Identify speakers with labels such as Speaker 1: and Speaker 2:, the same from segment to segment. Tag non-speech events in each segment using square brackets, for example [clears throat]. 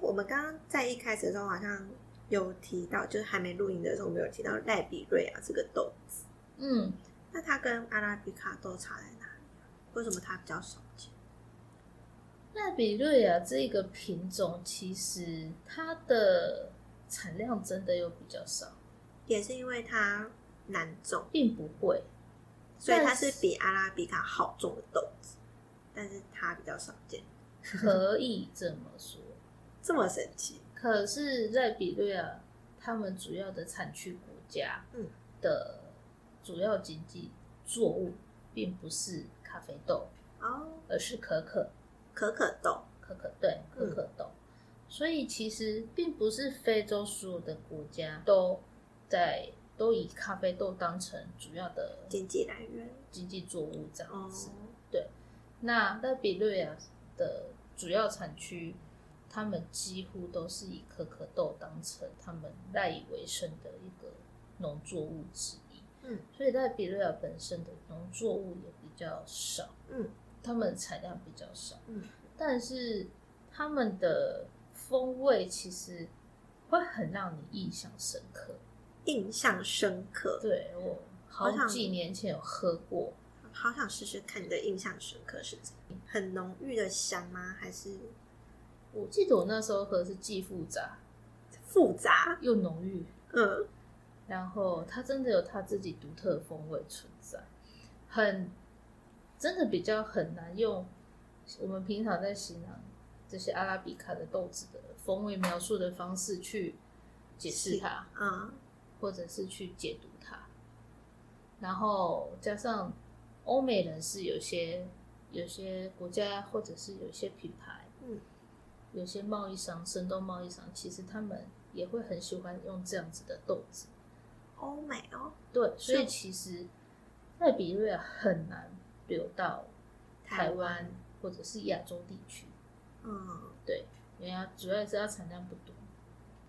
Speaker 1: 我们刚刚在一开始的时候好像有提到，就是还没录音的时候，我们有提到赖比瑞亚这个豆子。
Speaker 2: 嗯，
Speaker 1: 那它跟阿拉比卡豆差在哪里？啊为什么它比较少见？
Speaker 2: 赖比瑞亚这个品种其实它的产量真的有比较少，
Speaker 1: 也是因为它难种，
Speaker 2: 并不贵。
Speaker 1: 所以它
Speaker 2: 但
Speaker 1: 是比阿拉比卡好种的豆子，但是它比较少见。
Speaker 2: 可以这么说，
Speaker 1: 这么神奇？
Speaker 2: 可是赖比瑞亚他们主要的产区国家，
Speaker 1: 嗯
Speaker 2: 的主要经济作物并不是咖啡豆，
Speaker 1: 哦，
Speaker 2: 而是可可。
Speaker 1: 可可豆，
Speaker 2: 可可对可
Speaker 1: 嗯
Speaker 2: 可豆，所以其实并不是非洲所有的国家都在都以咖啡豆当成主要的
Speaker 1: 经济来源。
Speaker 2: 经济作物这
Speaker 1: 哦
Speaker 2: 样子。那在比瑞亚的主要产区，他们几乎都是以可可豆当成他们赖以为生的一个农作物之一。
Speaker 1: 嗯，
Speaker 2: 所以在比瑞亚本身的农作物也比较少。
Speaker 1: 嗯，
Speaker 2: 他们产量比较少，
Speaker 1: 嗯，
Speaker 2: 但是他们的风味其实会很让你印象深刻。
Speaker 1: 印象深刻，
Speaker 2: 对我
Speaker 1: 好想
Speaker 2: 好几年前有喝过，
Speaker 1: 好想试试看你的印象深刻是怎样？很浓郁的香吗？还是
Speaker 2: 我记得我那时候喝是既复杂
Speaker 1: 复杂？
Speaker 2: 又浓郁，
Speaker 1: 嗯，
Speaker 2: 然后它真的有它自己独特的风味存在，很真的比较很难用我们平常在形容这些阿拉比卡的豆子的风味描述的方式去解释它。
Speaker 1: 嗯，
Speaker 2: 或者是去解读它。然后加上欧美人是有些有些国家或者是有些品牌，
Speaker 1: 嗯，
Speaker 2: 有些贸易商、深度贸易商，其实他们也会很喜欢用这样子的豆子。
Speaker 1: 欧美哦，
Speaker 2: 对，
Speaker 1: 是
Speaker 2: 所以其实在比瑞亚很难流到台湾或者是亚洲地区，
Speaker 1: 嗯
Speaker 2: 因为它主要是它产量不多，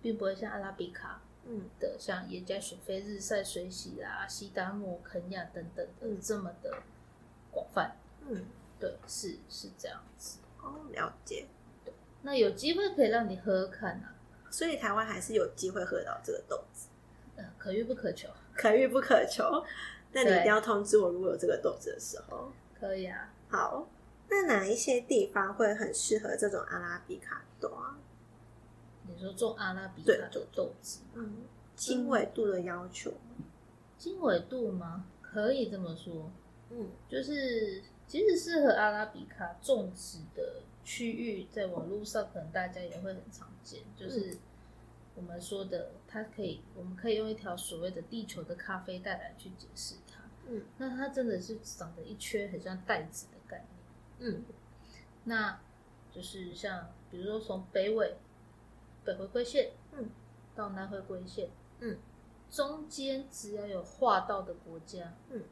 Speaker 2: 并不会像阿拉比卡
Speaker 1: 嗯
Speaker 2: 的，像盐加雪菲、日晒水洗啦、西达姆、肯亚等等的
Speaker 1: 嗯
Speaker 2: 这么的广泛。
Speaker 1: 嗯，
Speaker 2: 对，是是这样子。
Speaker 1: 哦，了解。
Speaker 2: 那有机会可以让你喝喝看啊，
Speaker 1: 所以台湾还是有机会喝到这个豆子，
Speaker 2: 呃，可遇不可求。
Speaker 1: 可遇不可求。那你一
Speaker 2: 对
Speaker 1: 定要通知我，如果有这个豆子的时候。
Speaker 2: 可以啊，
Speaker 1: 好，那哪一些地方会很适合这种阿拉比卡豆啊？
Speaker 2: 你说种阿拉比
Speaker 1: 对
Speaker 2: 卡的豆子，
Speaker 1: 嗯，经纬度的要求。
Speaker 2: 经纬度吗？可以这么说，
Speaker 1: 嗯
Speaker 2: 就是其实适合阿拉比卡种植的区域，在网络上可能大家也会很常见，
Speaker 1: 嗯
Speaker 2: 就是我们说的，它可以，我们可以用一条所谓的地球的咖啡带来去解释它。
Speaker 1: 嗯
Speaker 2: 那它真的是长得一圈很像带子的概念。
Speaker 1: 嗯
Speaker 2: 那就是像比如说从北纬北回归线，
Speaker 1: 嗯，
Speaker 2: 到南回归线，
Speaker 1: 嗯，
Speaker 2: 中间只要有划到的国家，
Speaker 1: 嗯，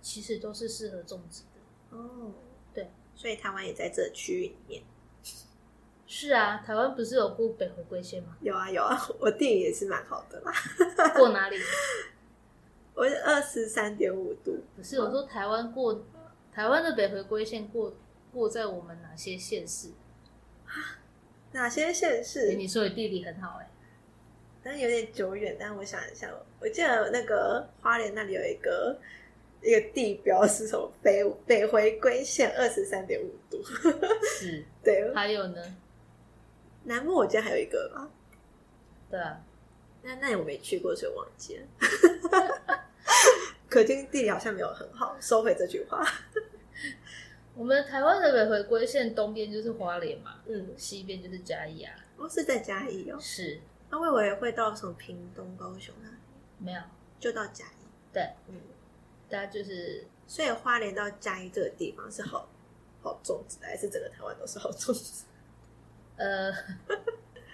Speaker 2: 其实都是适合种植的。
Speaker 1: 哦，
Speaker 2: 对，
Speaker 1: 所以台湾也在这区域里面。？
Speaker 2: 是啊，台湾不是有过北回归线吗
Speaker 1: 有啊有啊，我地理也是蛮好的啦，
Speaker 2: 过哪里？
Speaker 1: 我是二十三点五度。
Speaker 2: 不是，我说台湾过台湾的北回归线过过在我们哪些县市？
Speaker 1: 哪些县
Speaker 2: 诶
Speaker 1: 市？
Speaker 2: 你说你地理很好哎、
Speaker 1: 但有点久远，但我想一下，我记得那个花莲那里有一个一个地标是什么北北回归线二十三点五度，
Speaker 2: 是。
Speaker 1: 对，
Speaker 2: 还有呢？
Speaker 1: 南部我记得还有一个吧，
Speaker 2: 对啊，
Speaker 1: 那那里我没去过，所以我忘记了。 [laughs] 可见地理好像没有很好，收回这句话。
Speaker 2: 我们台湾的北回归线东边就是花莲嘛，
Speaker 1: 嗯，
Speaker 2: 西边就是嘉义啊。
Speaker 1: 我是在嘉义哦，
Speaker 2: 是，
Speaker 1: 那我以为会到什么屏东、高雄啊，
Speaker 2: 没有
Speaker 1: 就到嘉义。
Speaker 2: 对，
Speaker 1: 嗯，
Speaker 2: 大家就是
Speaker 1: 所以花莲到嘉义这个地方是好好种植的，还是整个台湾都是好种植？
Speaker 2: 呃，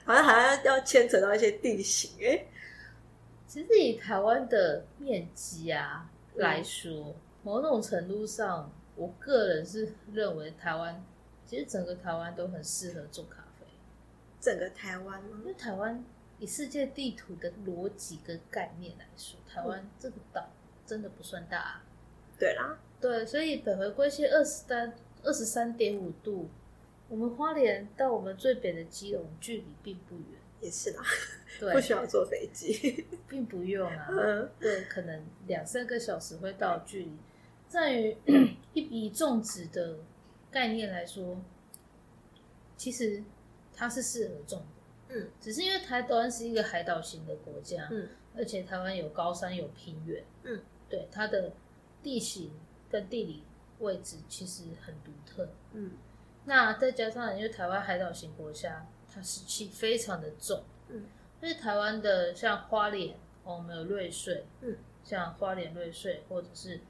Speaker 1: 好像好像要牵扯到一些地形哎、
Speaker 2: 其实以台湾的面积啊
Speaker 1: 嗯
Speaker 2: 来说，某种程度上，我个人是认为台湾其实整个台湾都很适合种咖啡，
Speaker 1: 整个台湾吗
Speaker 2: 因？为台湾以世界地图的逻辑跟概念来说，台湾这个岛真的不算大啊、
Speaker 1: 对啦，
Speaker 2: 对，所以北回归线二十三二十三点五度，我们花莲到我们最北的基隆距离并不远，
Speaker 1: 也是啦，不需
Speaker 2: 对，
Speaker 1: 要坐飞 [laughs] 机。
Speaker 2: 并不用啊，
Speaker 1: 嗯，
Speaker 2: 对，可能两三个小时会到的距离。在于 [clears throat] 一以种植的概念来说，其实它是适合种的，
Speaker 1: 嗯，
Speaker 2: 只是因为台湾是一个海岛型的国家，
Speaker 1: 嗯，
Speaker 2: 而且台湾有高山有平原，
Speaker 1: 嗯，
Speaker 2: 对，它的地形跟地理位置其实很独特，
Speaker 1: 嗯
Speaker 2: 那再加上因为台湾海岛型国家，它湿气非常的重，
Speaker 1: 嗯，
Speaker 2: 因为台湾的像花莲，哦，我们有瑞穗，
Speaker 1: 嗯，
Speaker 2: 像花莲瑞穗或者是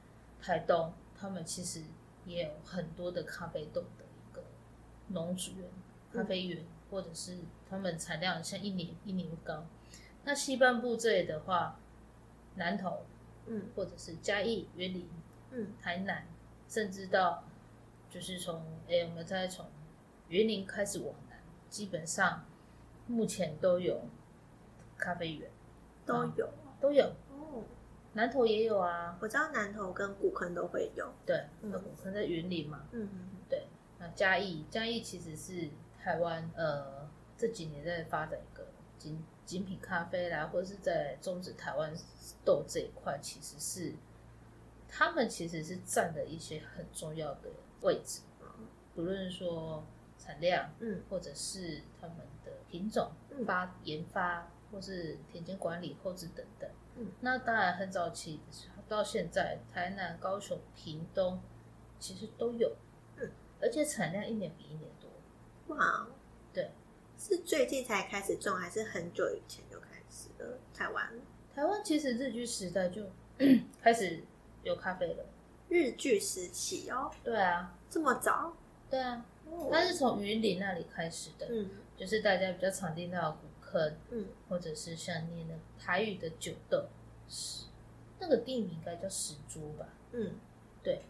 Speaker 2: 台东，他们其实也有很多的咖啡豆的一个农植园、咖啡园，或者是他们产量像一年一年高。那西半部这里的话，南投
Speaker 1: 嗯
Speaker 2: 或者是嘉义、园林，
Speaker 1: 嗯
Speaker 2: 台南，甚至到就是从诶，我们再从云林开始往南，基本上目前都有咖啡园，
Speaker 1: 都有。
Speaker 2: 都有
Speaker 1: 哦，
Speaker 2: 南投也有啊，
Speaker 1: 我知道南投跟古坑都会有。
Speaker 2: 对，
Speaker 1: 嗯
Speaker 2: 那可能在云林嘛，
Speaker 1: 嗯
Speaker 2: 对，那嘉义，嘉义其实是台湾呃这几年在发展一个精精品咖啡啦，或者是在种植台湾豆这一块，其实是他们其实是占了一些很重要的位置，不论说产量，
Speaker 1: 嗯
Speaker 2: 或者是他们的品种
Speaker 1: 嗯
Speaker 2: 发研发，或是田间管理、后置等等。
Speaker 1: 嗯，
Speaker 2: 那当然很早期到现在，台南、高雄、屏东其实都有，
Speaker 1: 嗯，
Speaker 2: 而且产量一年比一年多。
Speaker 1: 哇，哦
Speaker 2: 对，
Speaker 1: 是最近才开始种，还是很久以前就开始了？台湾
Speaker 2: 台湾其实日据时代就 [coughs] 开始有咖啡了，
Speaker 1: 日据时期哦，
Speaker 2: 对啊，
Speaker 1: 这么早？
Speaker 2: 对啊，
Speaker 1: 哦
Speaker 2: 它是从云林那里开始的，
Speaker 1: 嗯
Speaker 2: 就是大家比较常听到的古坑，
Speaker 1: 嗯
Speaker 2: 或者是像念的台语的九豆，是那个地名应该叫石珠吧？
Speaker 1: 嗯
Speaker 2: 对，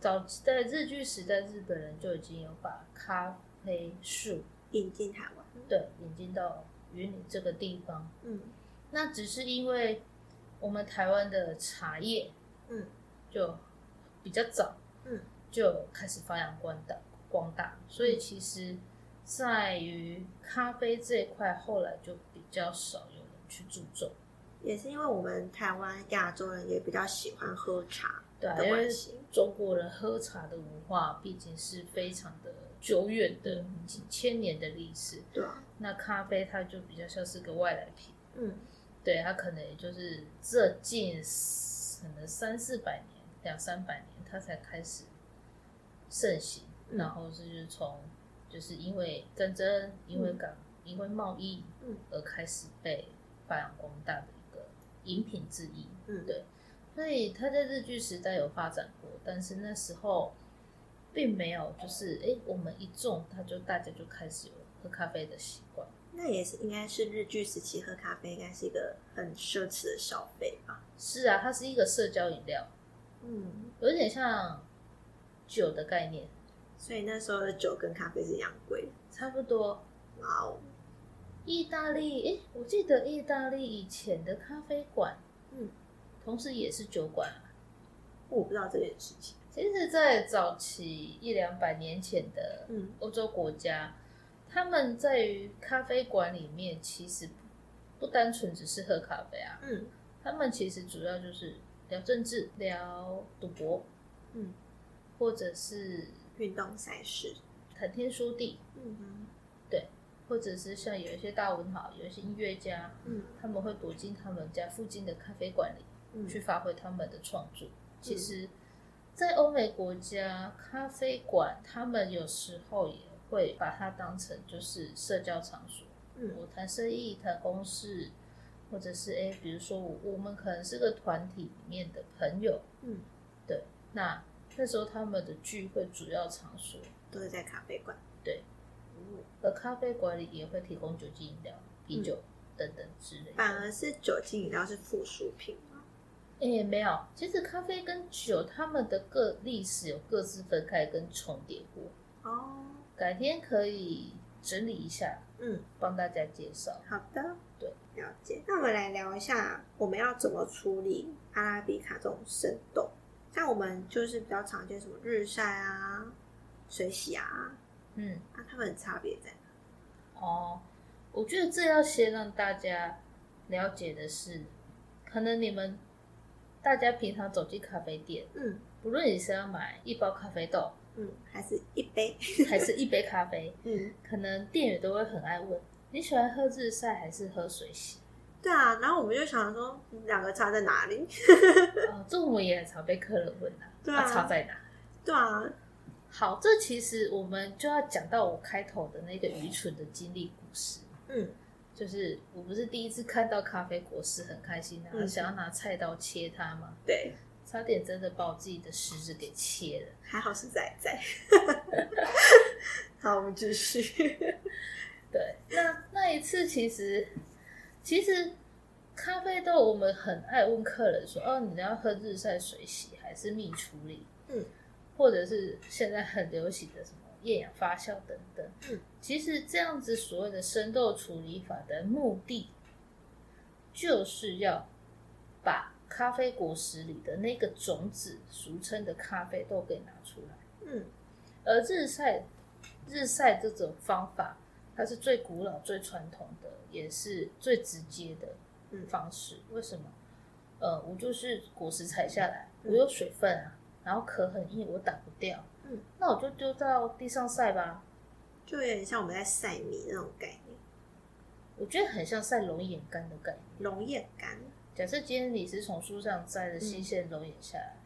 Speaker 2: 早期在日据时代，日本人就已经有把咖啡树
Speaker 1: 引进台湾。
Speaker 2: 对引进到云林这个地方。
Speaker 1: 嗯
Speaker 2: 那只是因为我们台湾的茶叶
Speaker 1: 嗯
Speaker 2: 就比较早
Speaker 1: 嗯
Speaker 2: 就开始发扬光大光大，所以其实在于咖啡这一块，后来就比较少有人去注重。
Speaker 1: 也是因为我们台湾亚洲人也比较喜欢喝茶
Speaker 2: 对啊、
Speaker 1: 的
Speaker 2: 因为
Speaker 1: 关系，
Speaker 2: 中国人喝茶的文化毕竟是非常的久远的，
Speaker 1: 嗯
Speaker 2: 几千年的历史。
Speaker 1: 对啊，
Speaker 2: 那咖啡它就比较像是个外来品，
Speaker 1: 嗯
Speaker 2: 对，它可能也就是这近可能三四百年、两三百年，它才开始盛行。
Speaker 1: 嗯
Speaker 2: 然后是就是从就是因为战争、因为港、因为贸易
Speaker 1: 嗯
Speaker 2: 而开始被发扬光大的一个饮品之一。
Speaker 1: 嗯
Speaker 2: 对，所以它在日据时代有发展过，但是那时候并没有就是诶，我们一种它就大家就开始有喝咖啡的习惯。
Speaker 1: 那也是应该是日据时期喝咖啡，应该是一个很奢侈的消费吧？
Speaker 2: 是啊，它是一个社交饮料，
Speaker 1: 嗯，
Speaker 2: 有点像酒的概念，
Speaker 1: 所以那时候的酒跟咖啡是一样贵。
Speaker 2: 差不多。
Speaker 1: 哇哦，
Speaker 2: 意大利，诶，我记得意大利以前的咖啡馆，
Speaker 1: 嗯，
Speaker 2: 同时也是酒馆啊。
Speaker 1: 我不知道这件事情。
Speaker 2: 其实，在早期一两百年前的
Speaker 1: 嗯
Speaker 2: 欧洲国家，他们在于咖啡馆里面，其实不不单纯只是喝咖啡啊，
Speaker 1: 嗯
Speaker 2: 他们其实主要就是聊政治、聊赌博，
Speaker 1: 嗯，
Speaker 2: 或者是
Speaker 1: 运动赛事。
Speaker 2: 谈天说地，
Speaker 1: 嗯哼
Speaker 2: 或者是像有一些大文豪、有一些音乐家，
Speaker 1: 嗯
Speaker 2: 他们会躲进他们家附近的咖啡馆里
Speaker 1: 嗯
Speaker 2: 去发挥他们的创作。其实，在欧美国家，咖啡馆他们有时候也会把它当成就是社交场所。
Speaker 1: 嗯
Speaker 2: 我谈生意、谈公事，或者是诶，比如说我我们可能是个团体里面的朋友，
Speaker 1: 嗯，
Speaker 2: 对，那那时候他们的聚会主要场所，
Speaker 1: 都是在咖啡馆。
Speaker 2: 对，
Speaker 1: 嗯
Speaker 2: 而咖啡馆里也会提供酒精饮料、啤酒等等之类的。
Speaker 1: 反而是酒精饮料是附属品吗？
Speaker 2: 诶、没有，其实咖啡跟酒它们的各历史有各自分开跟重叠过，
Speaker 1: 哦，
Speaker 2: 改天可以整理一下，
Speaker 1: 嗯，
Speaker 2: 帮大家介绍。
Speaker 1: 好的，
Speaker 2: 对，
Speaker 1: 了解。那我们来聊一下，我们要怎么处理阿拉比卡这种生豆？像我们就是比较常见什么日晒啊、水洗啊，
Speaker 2: 嗯，
Speaker 1: 那、他们的差别在哪？
Speaker 2: 哦，我觉得这要先让大家了解的是，可能你们大家平常走进咖啡店，
Speaker 1: 嗯
Speaker 2: 不论你是要买一包咖啡
Speaker 1: [laughs]
Speaker 2: 豆，
Speaker 1: 嗯，还是一杯，
Speaker 2: 还是一杯咖啡，
Speaker 1: 嗯，
Speaker 2: 可能店员都会很爱问你喜欢喝日晒还是喝
Speaker 1: [laughs]
Speaker 2: 水洗。
Speaker 1: [laughs] 对啊。然后我们就想说，两个差在哪里？ [laughs]
Speaker 2: 哦，这我们也很常被客人问啊，
Speaker 1: 对啊
Speaker 2: 差在哪？
Speaker 1: 对啊，
Speaker 2: 好，这其实我们就要讲到我开头的那个愚蠢的经历故事，
Speaker 1: 嗯
Speaker 2: 就是我不是第一次看到咖啡果实很开心啊，
Speaker 1: 嗯
Speaker 2: 想要拿菜刀切它嘛，
Speaker 1: 对，
Speaker 2: 差点真的把我自己的食指给切了。
Speaker 1: 还好是在 [laughs] 在。好，我们继续。
Speaker 2: 对，那那一次其实其实咖啡豆我们很爱问客人说，哦，你要喝日晒水洗还是蜜处理？
Speaker 1: 嗯，
Speaker 2: 或者是现在很流行的什么厌氧发酵等等。
Speaker 1: 嗯，
Speaker 2: 其实这样子所谓的生豆处理法的目的，就是要把咖啡果实里的那个种子，俗称的咖啡豆给拿出来。
Speaker 1: 嗯
Speaker 2: 而日晒日晒这种方法，它是最古老、最传统的，也是最直接的
Speaker 1: 嗯
Speaker 2: 方式。为什么？呃，我就是果实采下来，
Speaker 1: 嗯
Speaker 2: 我有水分啊，然后壳很硬，我打不掉，
Speaker 1: 嗯，
Speaker 2: 那我就丢到地上晒吧。
Speaker 1: 就有点像我们在晒米那种概念，
Speaker 2: 我觉得很像晒龙眼干的概念。
Speaker 1: 龙眼干。
Speaker 2: 假设今天你是从树上摘的
Speaker 1: 嗯
Speaker 2: 新鲜龙眼下来，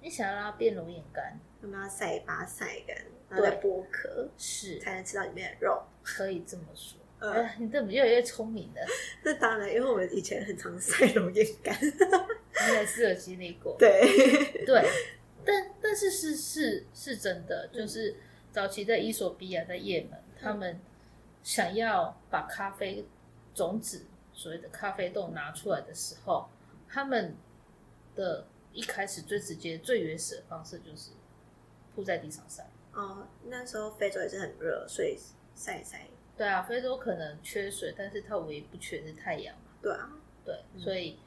Speaker 2: 你想要让它变龙眼干，
Speaker 1: 我们要晒把它晒干，然后再剥壳，
Speaker 2: 是
Speaker 1: [laughs] 才能吃到里面的肉。
Speaker 2: 可以这么说。
Speaker 1: 嗯
Speaker 2: 哎，你怎么越来越聪明了？
Speaker 1: 那当然，因为我们以前很常晒龙眼干。
Speaker 2: 你也是有经历过。
Speaker 1: 对，
Speaker 2: [laughs] 对，但但是是是是真的，就是早期在伊索比亚、在也门，他们想要把咖啡种子，所谓的咖啡豆拿出来的时候，他们的一开始最直接、最原始的方式就是铺在地上晒。
Speaker 1: [laughs] 哦，那时候非洲也是很热，所以晒一晒。
Speaker 2: 对啊，非洲可能缺水，但是它唯一不缺是太阳嘛。
Speaker 1: 对啊，
Speaker 2: 对，
Speaker 1: 嗯
Speaker 2: 所以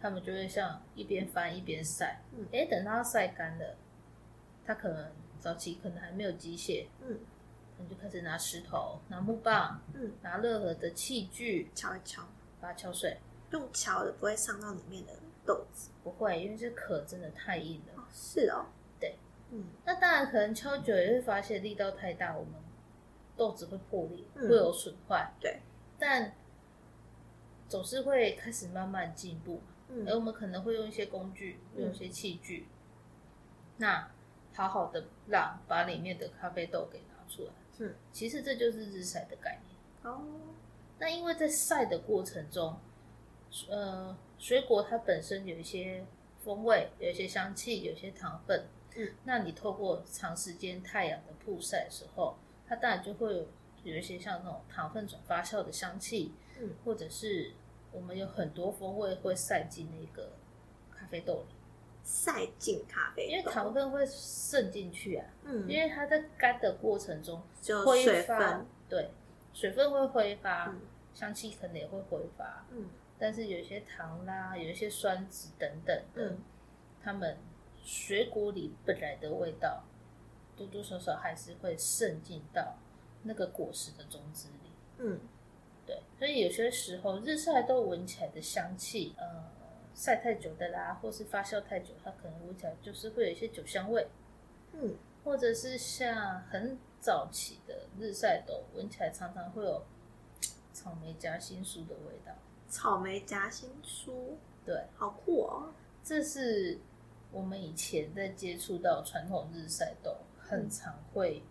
Speaker 2: 他们就会像一边翻一边晒
Speaker 1: 嗯。
Speaker 2: 诶，等它晒干了，它可能早期可能还没有机械，
Speaker 1: 嗯
Speaker 2: 我们就开始拿石头、拿木棒、
Speaker 1: 嗯，
Speaker 2: 拿任何的器具
Speaker 1: 敲一敲，
Speaker 2: 把它敲碎。
Speaker 1: 用敲的不会伤到里面的豆子。
Speaker 2: 不会，因为这壳真的太硬了。
Speaker 1: 哦，是哦。
Speaker 2: 对，
Speaker 1: 嗯
Speaker 2: 那当然，可能敲久也会发现力道太大，我们豆子会破裂，
Speaker 1: 嗯
Speaker 2: 会有损坏。
Speaker 1: 对，
Speaker 2: 但总是会开始慢慢进步。而我
Speaker 1: 嗯
Speaker 2: 们可能会用一些工具，
Speaker 1: 嗯
Speaker 2: 用一些器具，那好好的让把里面的咖啡豆给拿出来。
Speaker 1: 嗯，
Speaker 2: 其实这就是日晒的概念。
Speaker 1: 哦，
Speaker 2: 那因为在晒的过程中，呃，水果它本身有一些风味，有一些香气，有一些糖分。
Speaker 1: 嗯，
Speaker 2: 那你透过长时间太阳的曝晒的时候，它当然就会有有一些像那种糖分转发酵的香气，
Speaker 1: 嗯，
Speaker 2: 或者是我们有很多风味会晒进那个咖啡豆里，
Speaker 1: 晒进咖啡豆，
Speaker 2: 因为糖分会渗进去啊，
Speaker 1: 嗯，
Speaker 2: 因为它在干的过程中
Speaker 1: 就
Speaker 2: 挥
Speaker 1: 水
Speaker 2: 发
Speaker 1: 分，，
Speaker 2: 对，水分会挥发，
Speaker 1: 嗯
Speaker 2: 香气可能也会挥发，
Speaker 1: 嗯
Speaker 2: 但是有一些糖啦，有一些酸质等等的，
Speaker 1: 嗯
Speaker 2: 它们水果里本来的味道，多多少少还是会渗进到那个果实的种子里。
Speaker 1: 嗯
Speaker 2: 对，所以有些时候日晒豆闻起来的香气，呃，晒太久的啦，或是发酵太久，它可能闻起来就是会有一些酒香味，
Speaker 1: 嗯，
Speaker 2: 或者是像很早期的日晒豆，闻起来常常会有草莓夹心酥的味道。
Speaker 1: 草莓夹心酥，
Speaker 2: 对，
Speaker 1: 好酷哦。
Speaker 2: 这是我们以前在接触到传统日晒豆很常会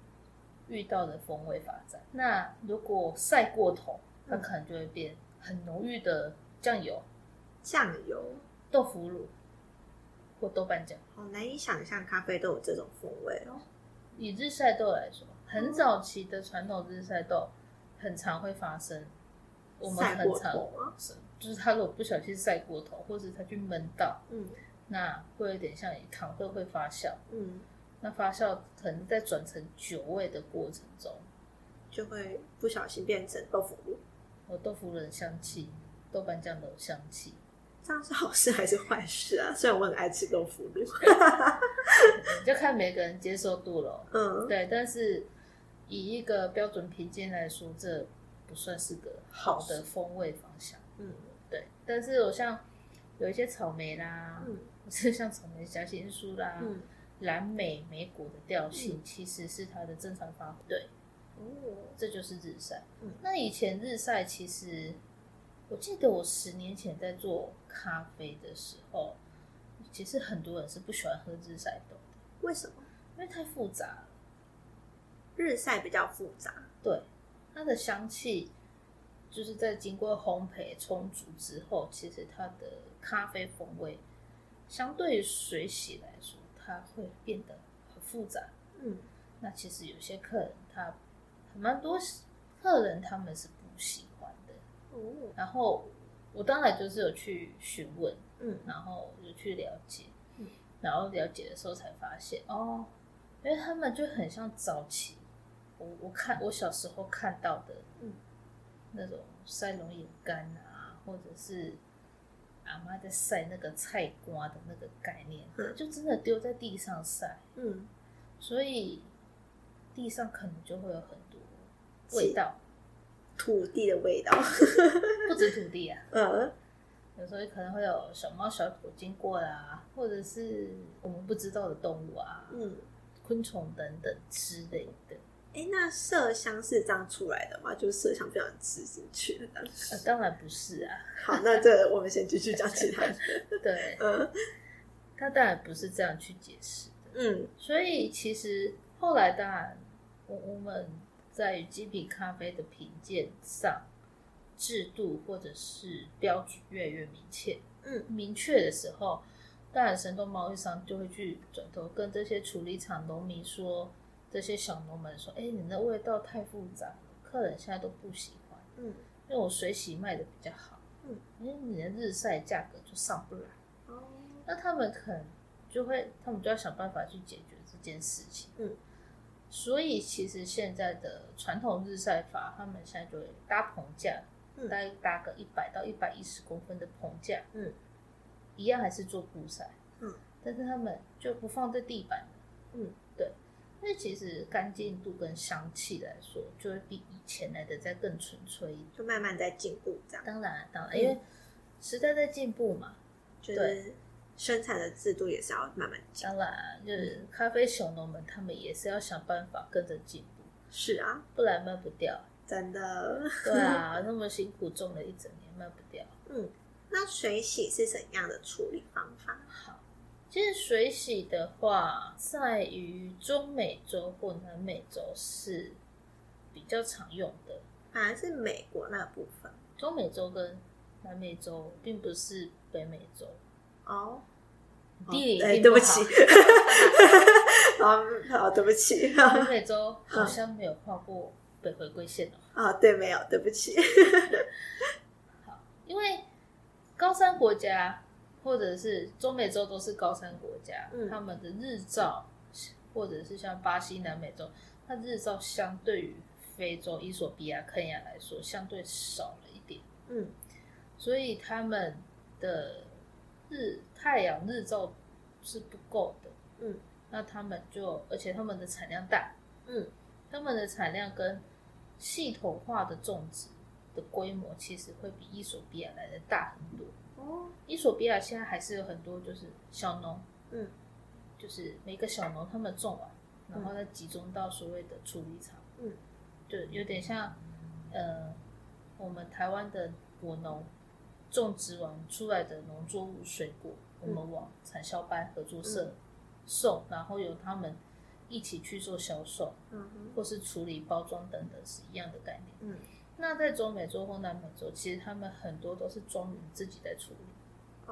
Speaker 2: 遇到的风味发展。那如果晒过头，它可能就会变很浓郁的酱油、
Speaker 1: 酱油，
Speaker 2: 豆腐乳或豆瓣酱。
Speaker 1: 好难以想象咖啡豆有这种风味哦。
Speaker 2: 以日晒豆来说，很早期的传统日晒豆很常会发生，我们
Speaker 1: 晒
Speaker 2: 很
Speaker 1: 过
Speaker 2: 常
Speaker 1: 头吗？
Speaker 2: 是就是它如果不小心晒过头，或是它去闷到，
Speaker 1: 嗯
Speaker 2: 那会有点像糖分会发酵。
Speaker 1: 嗯，
Speaker 2: 那发酵可能在转成酒味的过程中，
Speaker 1: 就会不小心变成豆腐乳，
Speaker 2: 有哦豆腐乳的香气、豆瓣酱的香气，
Speaker 1: 这样是好事还是坏事啊？虽然我很爱吃豆腐乳，
Speaker 2: 嗯就看每个人接受度了。
Speaker 1: 嗯，
Speaker 2: 对，但是以一个标准评鉴来说，这不算是个好的风味方向。
Speaker 1: 嗯
Speaker 2: 对，但是我像有一些草莓啦，
Speaker 1: 嗯
Speaker 2: 或是像草莓夹心酥啦、
Speaker 1: 嗯，
Speaker 2: 蓝莓莓果的调性，其实是它的正常发挥。对，
Speaker 1: 哦，
Speaker 2: 这就是日晒。
Speaker 1: 嗯
Speaker 2: 那以前日晒其实，我记得我十年前在做咖啡的时候，其实很多人是不喜欢喝日晒豆的，
Speaker 1: 为什么
Speaker 2: 因为太复杂了。
Speaker 1: 日晒比较复杂？
Speaker 2: 对，它的香气就是在经过烘焙冲煮之后，其实它的咖啡风味相对于水洗来说，它会变得很复杂。
Speaker 1: 嗯
Speaker 2: 那其实有些客人他蛮多客人他们是不喜欢的。
Speaker 1: 哦
Speaker 2: 然后我当然就是有去询问，
Speaker 1: 嗯
Speaker 2: 然后有去了解，
Speaker 1: 嗯
Speaker 2: 然后了解的时候才发现哦，因为他们就很像早期我我看我小时候看到的，
Speaker 1: 嗯，
Speaker 2: 那种晒龙眼干啊，或者是阿妈在晒那个菜瓜的那个概念，
Speaker 1: 嗯
Speaker 2: 就真的丢在地上晒，
Speaker 1: 嗯，
Speaker 2: 所以地上可能就会有很多味道，
Speaker 1: 土地的味道，
Speaker 2: 不止土地啊。
Speaker 1: 嗯
Speaker 2: 有时候可能会有小猫、小狗经过啦，或者是我们不知道的动物啊、
Speaker 1: 嗯。
Speaker 2: 昆虫等等之类的。啊
Speaker 1: 哎，那麝香是这样出来的吗？就是麝香不想吃进去的这样。
Speaker 2: 呃，当然不是啊，
Speaker 1: 好，那这个我们先继续讲其他的。
Speaker 2: 对，
Speaker 1: 嗯
Speaker 2: 它当然不是这样去解释的。
Speaker 1: 嗯
Speaker 2: 所以其实后来当然，我我们在于精品咖啡的评鉴上，制度或者是标准越来越明确，
Speaker 1: 嗯
Speaker 2: 明确的时候，当然神农贸易商就会去转头跟这些处理厂农民说，这些小农们说，哎、你的味道太复杂了，客人现在都不喜欢，
Speaker 1: 嗯，
Speaker 2: 因为我水洗卖的比较好，
Speaker 1: 嗯，
Speaker 2: 因为你的日晒价格就上不来。
Speaker 1: 哦，
Speaker 2: 那他们可能就会，他们就要想办法去解决这件事情。
Speaker 1: 嗯，
Speaker 2: 所以其实现在的传统日晒法，他们现在就会搭棚架，
Speaker 1: 嗯
Speaker 2: 大概搭个一百到一百一十公分的棚架，
Speaker 1: 嗯，
Speaker 2: 一样还是做布晒，
Speaker 1: 嗯，
Speaker 2: 但是他们就不放在地板了，
Speaker 1: 嗯，
Speaker 2: 对，因为其实干净度跟香气来说，就会比以前来的再更纯粹一点。
Speaker 1: 就慢慢在进步，这样
Speaker 2: 当然，当然，
Speaker 1: 嗯
Speaker 2: 因为时代在进步嘛，
Speaker 1: 就是生产的制度也是要慢慢进。
Speaker 2: 当然，
Speaker 1: 嗯
Speaker 2: 就是咖啡小农们，他们也是要想办法跟着进步，
Speaker 1: 是啊，
Speaker 2: 不然卖不
Speaker 1: [laughs]
Speaker 2: 掉。
Speaker 1: 真的。 [laughs]
Speaker 2: 对啊，那么辛苦种了一整年，卖不掉。
Speaker 1: 嗯，那水洗是怎样的处理方法？
Speaker 2: 好，其实水洗的话，在于中美洲或南美洲是比较常用的。
Speaker 1: 反而是美国那部分
Speaker 2: 中美洲跟南美洲并不是北美洲，
Speaker 1: 哦。 [laughs]
Speaker 2: 地理
Speaker 1: 哦
Speaker 2: 一
Speaker 1: 哎
Speaker 2: 定
Speaker 1: 对不
Speaker 2: 好
Speaker 1: 起，好哦好，对不起 [laughs]
Speaker 2: 南美洲好像没有跨过北回归线哦。
Speaker 1: 啊，对，没有，对不起。 [laughs]
Speaker 2: 因为高山国家或者是中美洲都是高山国家，
Speaker 1: 嗯
Speaker 2: 他们的日照或者是像巴西、南美洲，它日照相对于非洲、伊索比亚、肯亚来说相对少了一点，
Speaker 1: 嗯
Speaker 2: 所以他们的日太阳日照是不够的。
Speaker 1: 嗯
Speaker 2: 那他们就而且他们的产量大，
Speaker 1: 嗯
Speaker 2: 他们的产量跟系统化的种植的规模其实会比伊索比亚来的大很多。
Speaker 1: 哦，
Speaker 2: 伊索比亚现在还是有很多就是小农，
Speaker 1: 嗯
Speaker 2: 就是每个小农他们种完，然后再集中到所谓的处理厂，
Speaker 1: 嗯
Speaker 2: 就有点像呃我们台湾的果农种植完出来的农作物水果，我们往产销班合作社
Speaker 1: 嗯
Speaker 2: 送，然后由他们一起去做销售，
Speaker 1: 嗯哼
Speaker 2: 或是处理包装等等是一样的概念。
Speaker 1: 嗯
Speaker 2: 那在中美洲或南美洲，其实他们很多都是庄园自己在处理。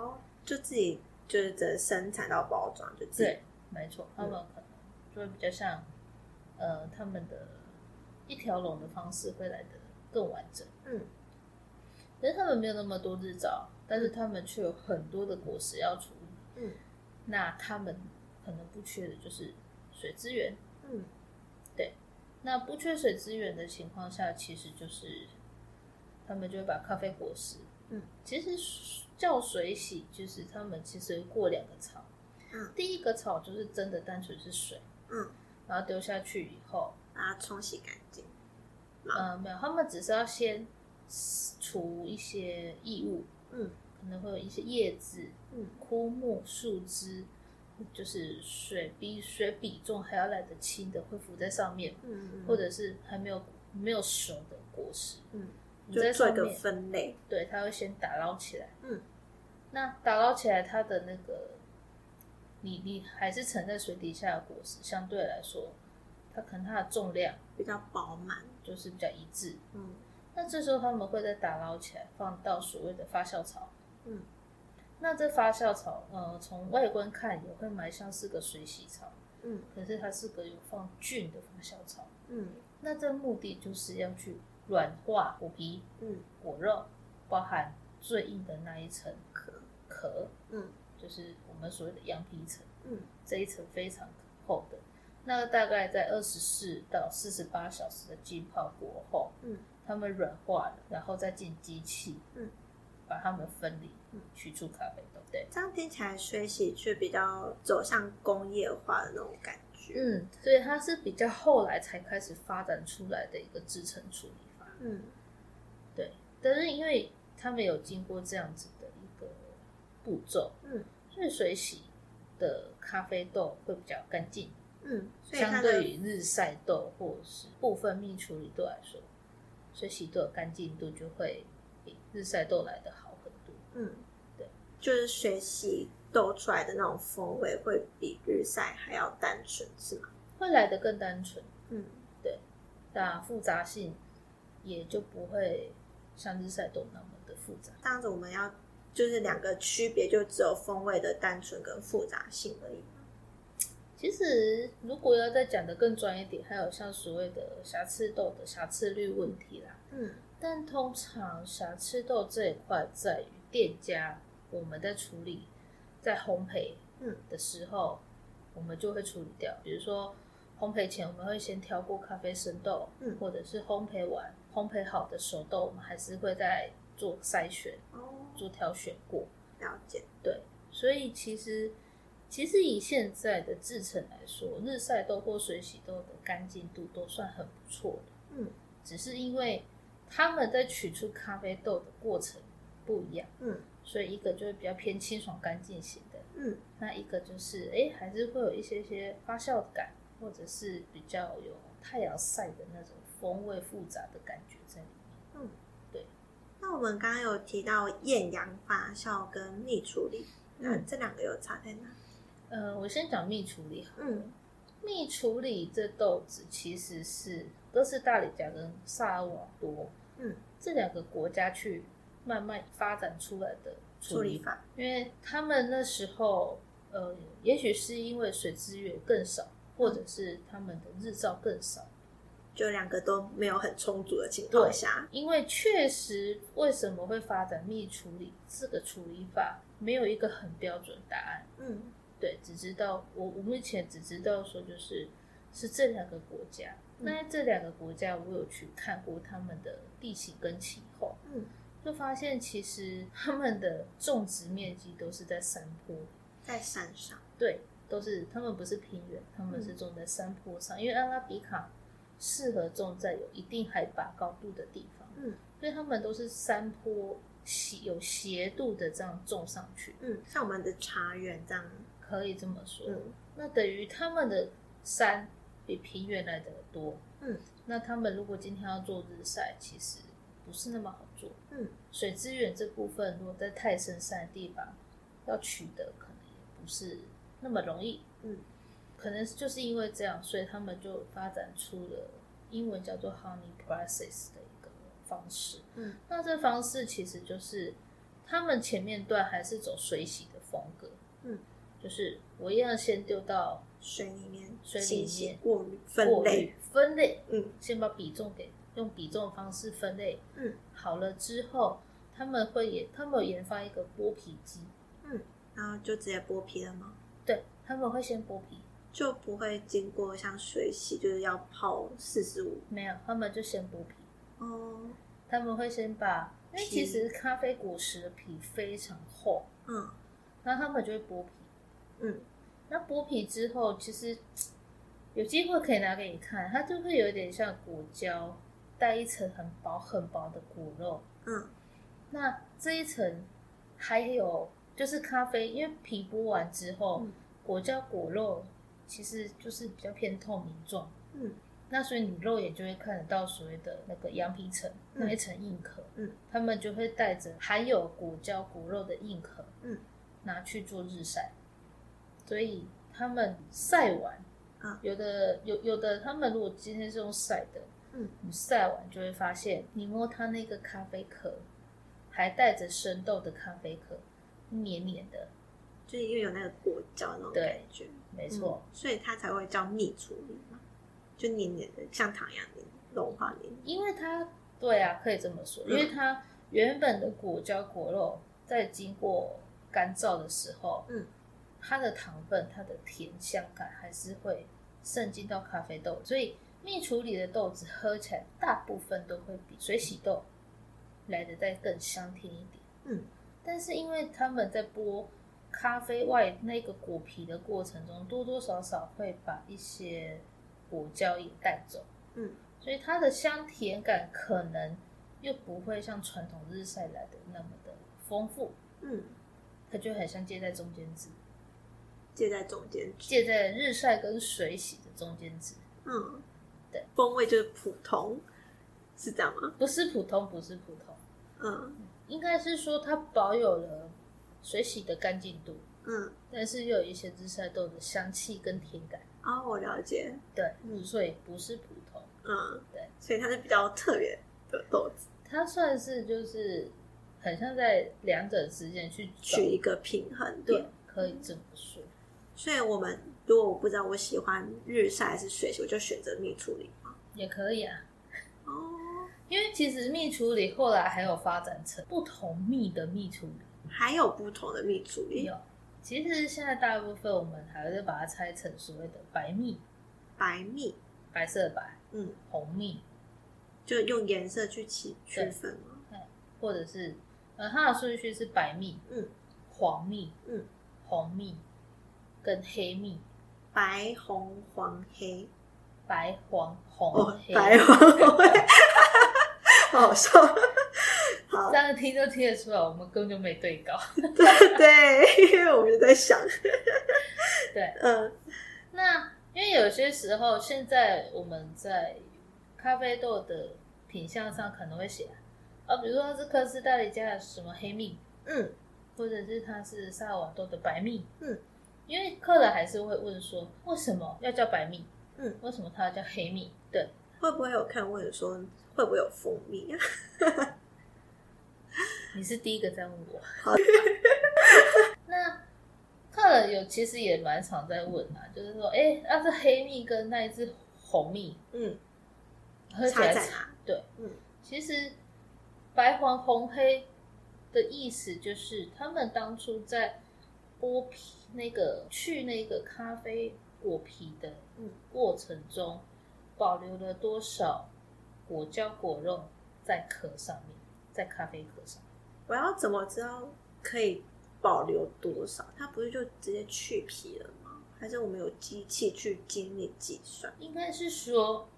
Speaker 1: 哦，就自己就是只能生产到包装，就自己
Speaker 2: 对，没错，他们可能就会比较像，呃，他们的一条龙的方式会来的更完整。
Speaker 1: 嗯
Speaker 2: 可是他们没有那么多日照，但是他们却有很多的果实要处理。
Speaker 1: 嗯
Speaker 2: 那他们可能不缺的就是水资源。
Speaker 1: 嗯
Speaker 2: 那不缺水资源的情况下，其实就是他们就会把咖啡果实，
Speaker 1: 嗯，
Speaker 2: 其实叫水洗，就是他们其实过两个槽。
Speaker 1: 嗯
Speaker 2: 第一个槽就是真的单纯是水。
Speaker 1: 嗯
Speaker 2: 然后丢下去以后，
Speaker 1: 把它冲洗干净。嗯
Speaker 2: 呃，没有，他们只是要先除一些异物，
Speaker 1: 嗯
Speaker 2: 可能会有一些叶子、
Speaker 1: 嗯
Speaker 2: 枯木、树枝，就是水比水比重还要来得轻的会浮在上面，
Speaker 1: 嗯嗯，
Speaker 2: 或者是还没有没有熟的果实，
Speaker 1: 嗯，
Speaker 2: 你
Speaker 1: 就
Speaker 2: 在
Speaker 1: 做
Speaker 2: 上
Speaker 1: 一个
Speaker 2: 面，
Speaker 1: 分类。
Speaker 2: 对，它会先打捞起来，
Speaker 1: 嗯，
Speaker 2: 那打捞起来它的那个，你你还是沉在水底下的果实，相对来说，它可能它的重量
Speaker 1: 比较饱满。
Speaker 2: 就是比较一致，
Speaker 1: 嗯
Speaker 2: 那这时候他们会再打捞起来，放到所谓的发酵槽。
Speaker 1: 嗯
Speaker 2: 那这发酵槽，呃，从外观看也会蛮像是个水洗槽，
Speaker 1: 嗯
Speaker 2: 可是它是个有放菌的发酵槽。
Speaker 1: 嗯
Speaker 2: 那这目的就是要去软化果皮、
Speaker 1: 嗯
Speaker 2: 果肉，包含最硬的那一层
Speaker 1: 壳
Speaker 2: 壳，
Speaker 1: 嗯
Speaker 2: 就是我们所谓的羊皮层，
Speaker 1: 嗯
Speaker 2: 这一层非常厚的。那大概在二十四到四十八小时的浸泡过后，
Speaker 1: 嗯
Speaker 2: 它们软化了，然后再进机器，
Speaker 1: 嗯，
Speaker 2: 把它们分离，
Speaker 1: 嗯
Speaker 2: 取出咖啡豆，对，
Speaker 1: 这样听起来水洗却比较走向工业化的那种感觉。
Speaker 2: 嗯，所以它是比较后来才开始发展出来的一个制成处理法，
Speaker 1: 嗯
Speaker 2: 对，但是因为他们有经过这样子的一个步骤，
Speaker 1: 嗯
Speaker 2: 所以水洗的咖啡豆会比较干净，
Speaker 1: 嗯，所以
Speaker 2: 相
Speaker 1: 它
Speaker 2: 对
Speaker 1: 的
Speaker 2: 于日晒豆或者是部分蜜处理豆来说，水洗豆的干净度就会比日晒豆来的好很多。
Speaker 1: 嗯
Speaker 2: 对，
Speaker 1: 就是水洗豆出来的那种风味会比日晒还要单纯，是吗？
Speaker 2: 会来的更单纯，
Speaker 1: 嗯
Speaker 2: 那复杂性也就不会像日晒豆那么的复杂。
Speaker 1: 这样子我们要就是两个区别，就只有风味的单纯跟复杂性而已。
Speaker 2: 其实如果要再讲的更专业一点，还有像所谓的瑕疵豆的瑕疵率问题啦。
Speaker 1: 嗯
Speaker 2: 但通常瑕疵豆这一块在于店家我们在处理在烘焙
Speaker 1: 嗯
Speaker 2: 的时候，我们就会处理掉。比如说烘焙前，我们会先挑过咖啡生豆，
Speaker 1: 嗯
Speaker 2: 或者是烘焙完烘焙好的熟豆，我们还是会再做筛选。
Speaker 1: 哦，
Speaker 2: 做挑选过，
Speaker 1: 了解。
Speaker 2: 对，所以其实其实以现在的制成来说，日晒豆或水洗豆的干净度都算很不错的，
Speaker 1: 嗯
Speaker 2: 只是因为他们在取出咖啡豆的过程不一样，
Speaker 1: 嗯
Speaker 2: 所以一个就是比较偏清爽干净型的，
Speaker 1: 嗯
Speaker 2: 那一个就是诶还是会有一些些发酵感，或者是比较有太阳晒的那种风味复杂的感觉在里面。
Speaker 1: 嗯，
Speaker 2: 对。
Speaker 1: 那我们刚刚有提到艳阳发酵跟蜜处理，那
Speaker 2: 嗯
Speaker 1: 这两个有差在哪？
Speaker 2: 呃，我先讲蜜处理好了
Speaker 1: 嗯
Speaker 2: 蜜处理这豆子其实是哥斯达黎加跟萨尔瓦多
Speaker 1: 嗯，
Speaker 2: 这两个国家去慢慢发展出来的
Speaker 1: 处
Speaker 2: 处
Speaker 1: 理
Speaker 2: 理，
Speaker 1: 法。
Speaker 2: 因为他们那时候呃，也许是因为水资源更少，或者是他们的日照更少，
Speaker 1: 就两个都没有很充足的情况下，
Speaker 2: 因为确实为什么会发展蜜处理这个处理法，没有一个很标准答案。
Speaker 1: 嗯
Speaker 2: 对，只知道我我目前只知道说就是是这两个国家。
Speaker 1: 嗯
Speaker 2: 那这两个国家，我有去看过他们的地形跟气候，
Speaker 1: 嗯，
Speaker 2: 就发现其实他们的种植面积都是在山坡，
Speaker 1: 在山上，
Speaker 2: 对，都是他们不是平原，他们是
Speaker 1: 嗯
Speaker 2: 种在山坡上，因为阿拉比卡适合种在有一定海拔高度的地方，
Speaker 1: 嗯
Speaker 2: 所以他们都是山坡斜有斜度的这样种上去，
Speaker 1: 嗯，像我们的茶园这样，
Speaker 2: 可以这么说，
Speaker 1: 嗯
Speaker 2: 那等于他们的山比平原来的多。
Speaker 1: 嗯，
Speaker 2: 那他们如果今天要做日晒，其实不是那么好做。
Speaker 1: 嗯，
Speaker 2: 水资源这部分，如果在太深山的地方要取得，可能也不是那么容易。
Speaker 1: 嗯，
Speaker 2: 可能就是因为这样，所以他们就发展出了英文叫做 honey process 的一个方式。
Speaker 1: 嗯，
Speaker 2: 那这方式其实就是他们前面段还是走水洗的风格。
Speaker 1: 嗯，
Speaker 2: 就是我一样先丢到
Speaker 1: 水里面
Speaker 2: 水里
Speaker 1: 清洗
Speaker 2: 面
Speaker 1: 过滤
Speaker 2: 过
Speaker 1: 分类
Speaker 2: 滤，分类，
Speaker 1: 嗯
Speaker 2: 先把比重给用比重的方式分类
Speaker 1: 嗯
Speaker 2: 好了之后，他们会研他们有研发一个剥皮机，
Speaker 1: 嗯，然后就直接剥皮了吗？
Speaker 2: 对，他们会先剥皮，
Speaker 1: 就不会经过像水洗，就是要泡四十五
Speaker 2: 没有，他们就先剥皮，
Speaker 1: 哦，
Speaker 2: 他们会先把，因为
Speaker 1: 皮
Speaker 2: 其实咖啡果实的皮非常厚，
Speaker 1: 嗯
Speaker 2: 然后他们就会剥皮，
Speaker 1: 嗯
Speaker 2: 那剥皮之后，其实有有机会可以拿给你看，它就会有点像果胶，带一层很薄很薄的果肉。
Speaker 1: 嗯，
Speaker 2: 那这一层还有就是咖啡，因为皮剥完之后，
Speaker 1: 嗯
Speaker 2: 果胶果肉其实就是比较偏透明状，
Speaker 1: 嗯，
Speaker 2: 那所以你肉眼就会看得到所谓的那个羊皮层、
Speaker 1: 嗯
Speaker 2: 那一层硬壳，
Speaker 1: 嗯，
Speaker 2: 他们就会带着含有果胶果肉的硬壳，
Speaker 1: 嗯，
Speaker 2: 拿去做日晒，所以他们晒完。
Speaker 1: 啊
Speaker 2: 有的有有的，他们如果今天是用晒的，
Speaker 1: 嗯，
Speaker 2: 你晒完就会发现，你摸它那个咖啡壳，还带着生豆的咖啡壳，黏黏的，
Speaker 1: 就是因为有那个果胶那种
Speaker 2: 对
Speaker 1: 感觉，
Speaker 2: 没错，
Speaker 1: 嗯所以它才会叫蜜处理嘛，就黏黏的，像糖一样黏，融化黏。
Speaker 2: 因为它对啊，可以这么说，
Speaker 1: 嗯
Speaker 2: 因为它原本的果胶果肉在经过干燥的时候，
Speaker 1: 嗯，
Speaker 2: 它的糖分、它的甜香感还是会渗进到咖啡豆，所以蜜处理的豆子喝起来大部分都会比水洗豆来的再更香甜一点。
Speaker 1: 嗯，
Speaker 2: 但是因为他们在剥咖啡外那个果皮的过程中，多多少少会把一些果胶也带走。
Speaker 1: 嗯，
Speaker 2: 所以它的香甜感可能又不会像传统日晒来的那么的丰富，
Speaker 1: 嗯，
Speaker 2: 它就很像介在中间值，
Speaker 1: 介在中间值。
Speaker 2: 介在日晒跟水洗的中间值，
Speaker 1: 嗯，
Speaker 2: 对，
Speaker 1: 风味就是普通，是这样吗？
Speaker 2: 不是普通，不是普通，
Speaker 1: 嗯
Speaker 2: 应该是说它保有了水洗的干净度，
Speaker 1: 嗯，
Speaker 2: 但是又有一些日晒豆的香气跟甜感，
Speaker 1: 哦，我了解。
Speaker 2: 对，
Speaker 1: 嗯
Speaker 2: 所以不是普通，
Speaker 1: 嗯，
Speaker 2: 对，
Speaker 1: 所以它是比较特别的豆子，
Speaker 2: 它算是就是很像在两者之间去找
Speaker 1: 取一个平衡
Speaker 2: 对
Speaker 1: 点。，
Speaker 2: 可以这么说。
Speaker 1: 所以我们如果我不知道我喜欢日晒还是水洗，我就选择蜜处理嘛。
Speaker 2: 也可以啊，
Speaker 1: 哦，
Speaker 2: 因为其实蜜处理后来还有发展成不同蜜的蜜处理，
Speaker 1: 还有不同的蜜处理，
Speaker 2: 有。其实现在大部分我们还会把它拆成所谓的白蜜，
Speaker 1: 白蜜，
Speaker 2: 白色的白，
Speaker 1: 嗯，
Speaker 2: 红蜜，
Speaker 1: 就用颜色去区区
Speaker 2: 对
Speaker 1: 分嘛。
Speaker 2: 或者是呃它的顺序是白蜜、
Speaker 1: 嗯，
Speaker 2: 黄蜜、
Speaker 1: 嗯，
Speaker 2: 红蜜跟黑蜜，
Speaker 1: 白红黄黑，
Speaker 2: 白黄红
Speaker 1: 哦，
Speaker 2: 黑，
Speaker 1: 白红黄黑，好好笑。好
Speaker 2: 这，样听都听得出来，我们根本就没对稿。 [laughs]
Speaker 1: 对，因为我们就在想，
Speaker 2: 对，
Speaker 1: 嗯
Speaker 2: 那因为有些时候，现在我们在咖啡豆的品相上可能会写，啊，比如说它是科斯达黎加的什么黑蜜，
Speaker 1: 嗯
Speaker 2: 或者是它是萨尔瓦多的白蜜，
Speaker 1: 嗯，
Speaker 2: 因为客人还是会问说，为什么要叫白蜜？
Speaker 1: 嗯，
Speaker 2: 为什么它要叫黑蜜？对，
Speaker 1: 会不会有看问说会不会有蜂蜜？啊
Speaker 2: 你是第一个在问我。
Speaker 1: 好
Speaker 2: [laughs] 那客人有其实也蛮常在问啊，就是说，哎、那这黑蜜跟那一只红蜜
Speaker 1: 嗯，
Speaker 2: 喝起
Speaker 1: 差
Speaker 2: 来
Speaker 1: 在哪？
Speaker 2: 对，
Speaker 1: 嗯，
Speaker 2: 其实白黄红黑的意思就是，他们当初在剥皮那个去那个咖啡果皮的
Speaker 1: 嗯
Speaker 2: 过程中，保留了多少果胶果肉在壳上面，在咖啡壳上。
Speaker 1: 我要怎么知道可以保留多少？它不是就直接去皮了吗？还是我们有机器去精密计算？
Speaker 2: 应该是说，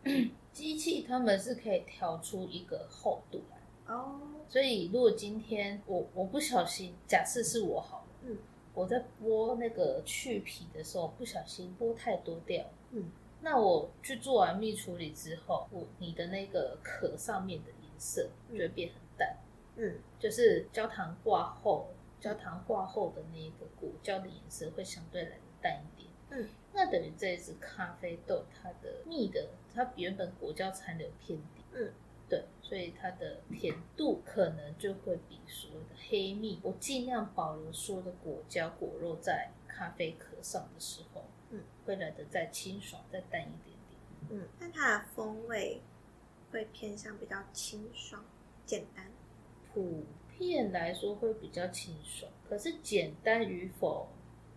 Speaker 2: 机器他们是可以调出一个厚度来。
Speaker 1: 哦，
Speaker 2: 所以如果今天我我不小心，假设是我好了，
Speaker 1: 嗯，
Speaker 2: 我在剥那个去皮的时候不小心剥太多掉，
Speaker 1: 嗯，
Speaker 2: 那我去做完蜜处理之后，我你的那个壳上面的颜色就会变很淡，
Speaker 1: 嗯
Speaker 2: 就是焦糖化后，焦糖化后的那一个果胶的颜色会相对来的淡一点。
Speaker 1: 嗯，
Speaker 2: 那等于这一只咖啡豆，它的蜜的它原本果胶残留偏低，
Speaker 1: 嗯，
Speaker 2: 对，所以它的甜度可能就会比所谓的黑蜜，我尽量保留所有的果胶果肉在咖啡壳上的时候，
Speaker 1: 嗯，
Speaker 2: 会来的再清爽再淡一点点。
Speaker 1: 嗯，但它的风味会偏向比较清爽、简单。
Speaker 2: 普遍来说会比较清爽，可是简单与否，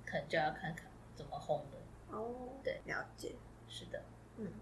Speaker 2: 可能就要看看怎么烘的。
Speaker 1: 哦，
Speaker 2: 对，
Speaker 1: 了解。
Speaker 2: 是的，
Speaker 1: 嗯，